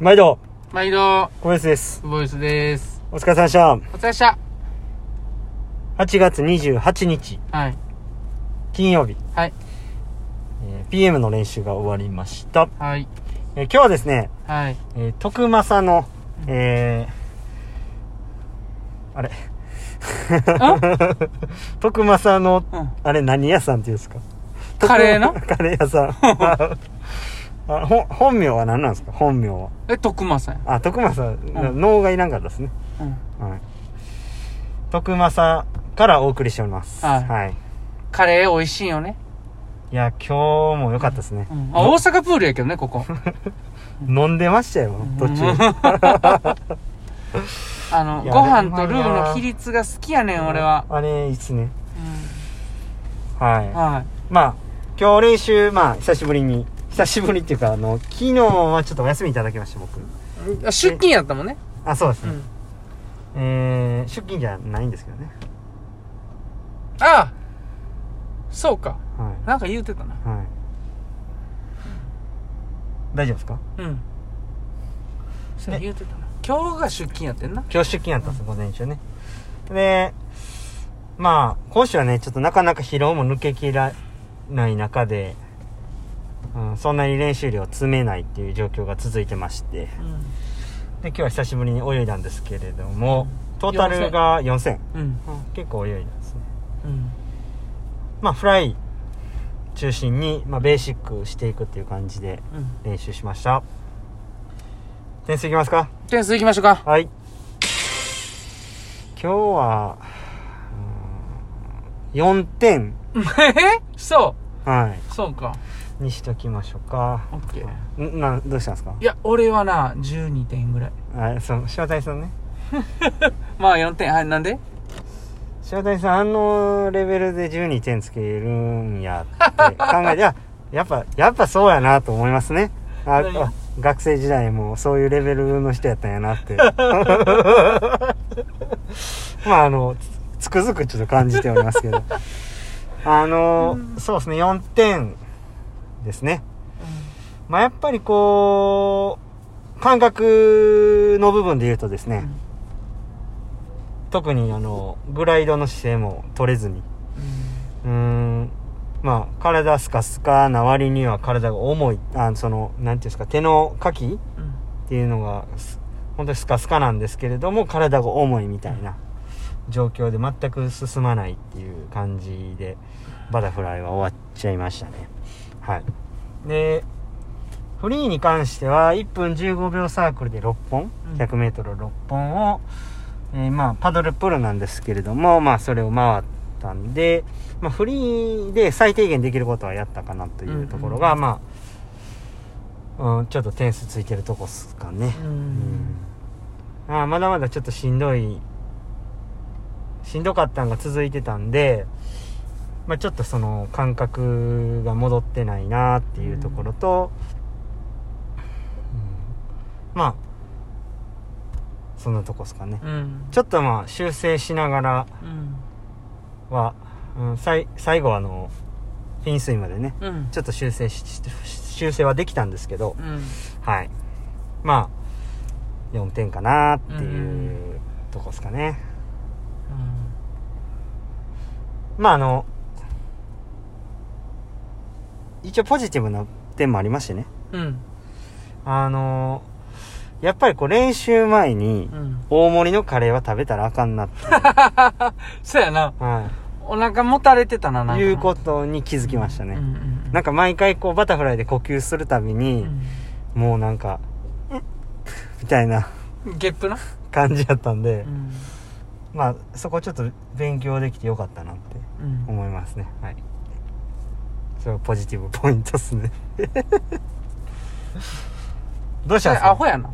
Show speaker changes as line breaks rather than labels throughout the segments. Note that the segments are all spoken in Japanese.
毎度、
毎度、
小林です。
ボイスです。
お疲れ様でした。
お疲れっした。
8月28日、
はい。
金曜日、
はい。
えー PM の練習が終わりました。
はい。
えー今日はですね、
はい。
えー徳正の、えー、あれ 徳正の、
うん。
あれ何屋さんっていうんですか
カレーの
徳 カレー屋 さん。あほん本名は何なんですか本名は。
え、徳間さんや。
あ、徳正、能がいらんかったですね。
うん。
はい。徳正からお送りしております。
はい
い
カレー美味しいよね。
いや、今日も良かったですね
う。ん。あ、大阪プールやけどね、こ こ。
飲んでましたよ、途中。
あの、
いや
ご飯と
う
ル
まい
ー
な
の比率が好きやねん、俺は。
あれ、いいっすね。
う
はい
ん。。は
まあ、今日練習、まあ、久しぶりに。久しぶりっていうか、あの、昨日はちょっとお休みいただきまして、僕。
い。あ出勤やったもんね。
あ、そうです
う
ね。
ん。
えー、出勤じゃないんですけどね。
ああそうか。
は
なんか言うてたな。
い。はい。大丈夫ですか
うん。そう
ね
言うてたな。今日が出勤やってんな。
今日出勤やったんですよ、午前中ね。で、まあ、講師はね、ちょっとなかなか疲労も抜けきらない中で、うん、そんなに練習量を詰めないっていう状況が続いてまして、
うん。
で、今日は久しぶりに泳いだんですけれども、トータルが4000。
うん。
結構泳いだんですね。
うん。
まあ、フライ中心に、まあ、ベーシックしていくっていう感じで
うん。
練習しました。点数いきますか
点数いきましょうか。
はい。今日は、うーん4点、
えそ
は
う。そうか。
い、にしときましょうか。
オッケー。
んな、どうしたんですか
いや、俺はな、12点ぐらい。
あ、その、塩谷さんね。
まあ4点、はい、なんで
塩谷さん、あのレベルで12点つけるんやって考えて、い や、やっぱ、やっぱそうやなと思いますね。あ、
何
あ学生時代もそういうレベルの人やったんやなって。 まあ、あの、つつくづくちょっと感じておりますけど。 あの、そうですね、4点ですね。まあ、やっぱりこう、感覚の部分で言うとですね、
うん
特にあの、グライドの姿勢も取れずに、うーん、まあ、体スカスカな割には体が重い、あその、なんていうんですか、手のかきっていうのが、す本当にスカスカなんですけれども、体が重いみたいな状況で全く進まないっていう感じで、バタフライは終わっちゃいましたね。はい。で、フリーに関しては、1分15秒サークルで6本、
うん
100メートル6本を、えーまあ、パドルプールなんですけれども、まあ、それを回ったんで、まあ、フリーで最低限できることはやったかなというところが、
うんうん
まあ、うん、ちょっと点数ついてるとこっすかね。
うん
うんあーまだまだちょっとしんどいしんどかったんが続いてたんで、まあ、ちょっとその感覚が戻ってないなっていうところと、うんまあそんなとこですかね
うん
ちょっとまあ修正しながら
うん
は、うん、さい最後あのフィンスイまでね
うん
ちょっと修正しし修正はできたんですけど、
うん
はい。まあ、4点かなっていううとこですかね。まあ、あの、一応ポジティブな点もありましてね。
うん
あの、やっぱりこう練習前に
うん
大盛りのカレーは食べたらあかんなって、
そうやな
は
お腹もたれてたななん
い、
か
いうことに気づきました
と
ね。
ね
なんか毎回こうバタフライで呼吸するたびに、もうなんか、みたいな
ゲップな
感じやったんで、
うん
まあそこちょっと勉強できてよかったなって
うん
思いますねはいそれはポジティブポイントっす ねどうしたん
それ
です
アホ
か
やな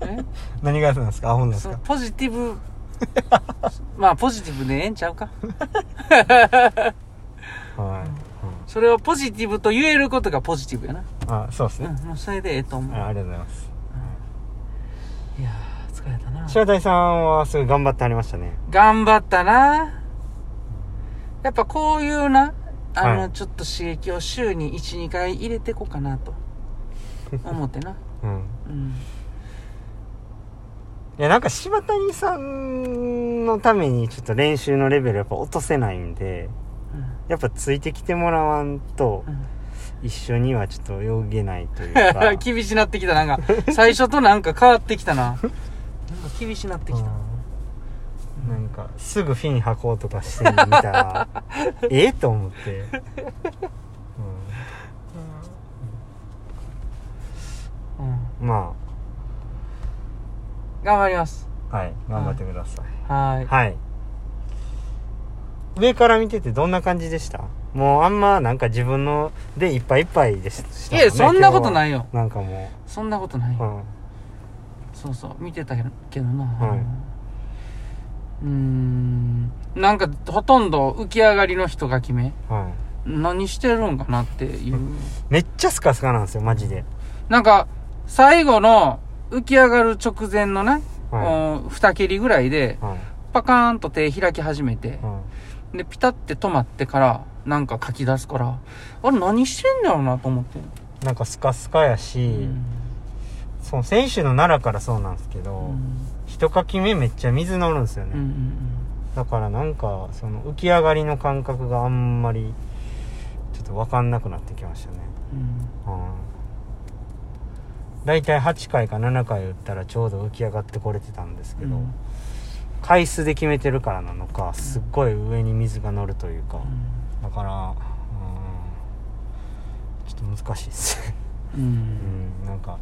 え
何がそうなんですかアホなんです
そ
か
のポジティブまあポジティブでええんちゃうか
はい、
それをポジティブと言えることがポジティブやな
うんあそうです
うん
ね、
もうそれでええと思
ああ
う
りがとうございます
いやー疲れたな
白谷さんはすごい頑張ってありましたね
頑張ったなやっぱこういうなあの、
はい
ちょっと刺激を週に12回入れてこうかなと 思ってな
うん
うん
いやなんか柴谷さんのためにちょっと練習のレベルやっぱ落とせないんでやっぱついてきてもらわんと
うん
一緒にはちょっと泳げないというか
うん 厳しなってきたなんか最初となんか変わってきたななんか厳しなってきた
うんなんかすぐフィン履こうとかしてみた らええと思って、うん
うん
ま
頑張ります
あはい頑張ってください、
はーい
はい上から見ててどんな感じでしたもうあんまなんか自分のでいっぱいいっぱいでした
いやそんなこと
い
ないよ
なんかも、
そんなことないう
うん、
そうそう見てたけどけどな、
はいう
ーんなんかほとんど浮き上がりの人が決め
は
何してるんかなっていう
い、めっちゃスカスカなんですよマジで、
なんか最後の浮き上がる直前のね、
は
うん二蹴りぐらいで
いはい
パカーンと手開き始めて、
は
でピタって止まってからなんか書き出すからあれ何してんだろうなと思って、
い、なんかスカスカやし、
うん
その選手の奈良からそうなんですけど、
うん
一かき目めっちゃ水乗るんですよね、
うんうん
だからなんかその浮き上がりの感覚があんまりちょっと分かんなくなってきましたね
うん
うん大体8回か7回打ったらちょうど浮き上がってこれてたんですけど、
うん
回数で決めてるからなのかすっごい上に水が乗るというか、だからうんちょっと難しいです、う
う
んん、なんか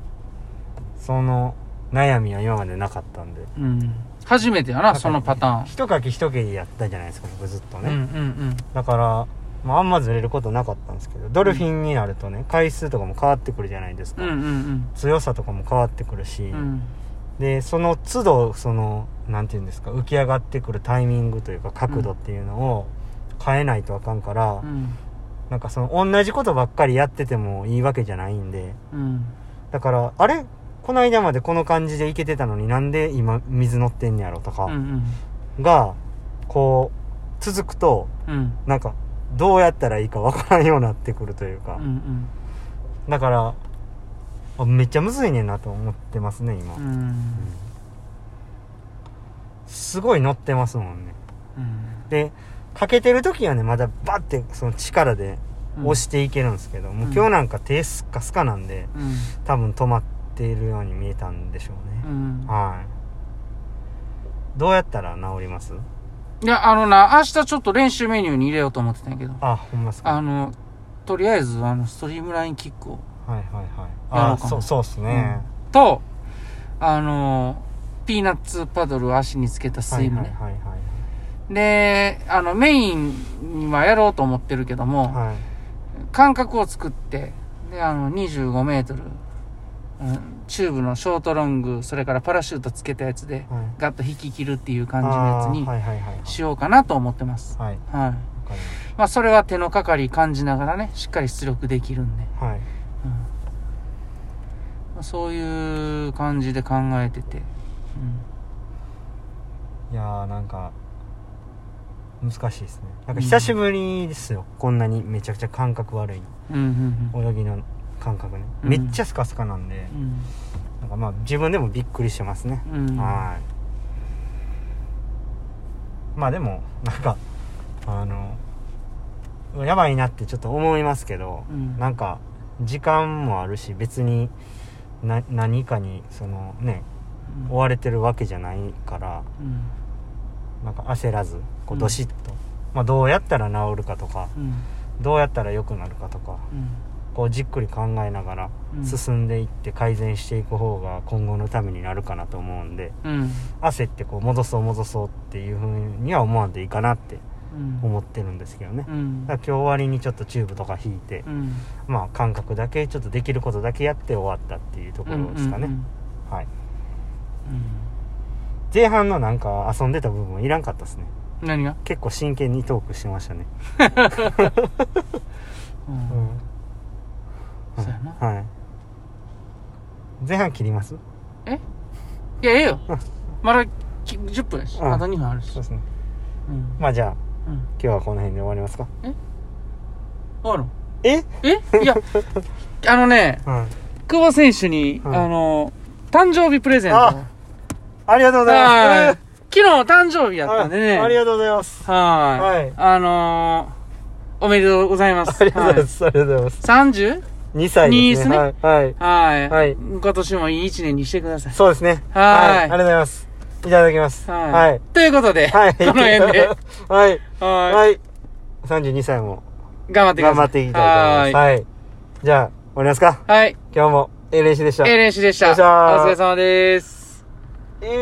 その悩みは今までなかったんで
うん初めてやなそのパターン
一かき一蹴りやったじゃないですか僕ずっとね、
うんうん
だから、まあ、あんまずれることなかったんですけどドルフィンになるとね回数とかも変わってくるじゃないです
う
か、
んうんうん
強さとかも変わってくるし、
うんうん
でその都度そのなんていうんですか浮き上がってくるタイミングというか角度っていうのを変えないとあかんから、
うん
なんかその同じことばっかりやっててもいいわけじゃないんで
うん
だからあれこの間までこの感じでいけてたのになんで今水乗ってんねやろとか、
うん
がこう続くと
うん
なんかどうやったらいいかわからんようになってくるというか、
うん
だからあめっちゃむずいねんなと思ってますね今、
うんうん
すごい乗ってますもんね
うん
でかけてる時はねまだバッてその力で押していけるんですけど、もう今日なんか手スカスカなんで
うん
多分止まっているように見えたんでしょう
う
ね、
ん
はいどうやったら治ります
いやあのな明日ちょっと練習メニューに入れようと思ってたんやけど
あほんまっすか
あのとりあえずあのストリームラインキックを
はいはいはい
やろ
あ
うか
そうそうっすね、
とあのピーナッツパドルを足につけたス
はい
イムね、
はいはいは
であのメインにはやろうと思ってるけども、
いはい
間隔を作って、で、あの、25メートル、うんチューブのショートロング、それからパラシュートつけたやつで、
はい
ガッと引き切るっていう感じのやつ
あ
に
ーはいはいはいはい
しようかなと思ってます。
はいわ
はい。
かり
まあ、それは手のかかり感じながらね、しっかり出力できるんで、
ますはい
うんまあそういう感じで考えてて、
いやーなんか難しいですねなんか久しぶりですよ、こんなにめちゃくちゃ感覚悪い
うん。うん、うん、
泳ぎの感覚ね、
うん
めっちゃスカスカなんで
うん。
なんかまあ自分でもびっくりしてますね、
うん。うん。
はーいまあでもなんかあのやばいなってちょっと思いますけど、
うん
なんか時間もあるし別にな何かにそのね追われてるわけじゃないから
うん。
なんか焦らずこ
う
うんどしっと、まあ、どうやったら治るかとか
うん。
どうやったら良くなるかとか
うん。
こうじっくり考えながら
うん
進んでいって改善していく方が今後のためになるかなと思うんで
うん。
焦ってこう戻そう戻そうっていうふうには思わんでいいかなって
うん。
思ってるんですけどね
う。ん
だから今日終わりにちょっとチューブとか引いて、
うん。
まあ感覚だけちょっとできることだけやって終わったっていうところですかね、
うん
はい
うんうん
前半のなんか遊んでた部分いらんかったですね
うん何が、
結構真剣にトークしてましたね
うんそうやな
はい前半切ります
いやええよまだき10分やし、
うん
あと2分あるし、
ですね
うん
まあじゃあ
うん、
今日はこの辺で終わりますか
終わろう
え
えいやあのね
はい
か久保選手に、
はい
あの、誕生日プレゼントを。
あありがとうござい
は
ま
い
す。
昨日誕生日やったんでね。
あありがとうございます。
はい。
はい
あのー、おめでとうございます。
ありがとうございます。ありがとうございます。
はい、30?
2歳
いい
で
っ
すす
ね
ね。はい。はい。
はい。
はい
今年もいい一年にしてください。
そうですね。
はーい
ありがとうございます。いただきます。
はい。
はい。
ということ で、
はい。
この辺で、。
はい。
はい
はい。32歳も
頑張ってくださ
頑
い。
張っていきたいと思います。
は
はい。じゃあ、終わりますか。
い。はい。
今日も、えい練習でした。
えー、練習でした。
よ
お
っしゃー
疲れ様です。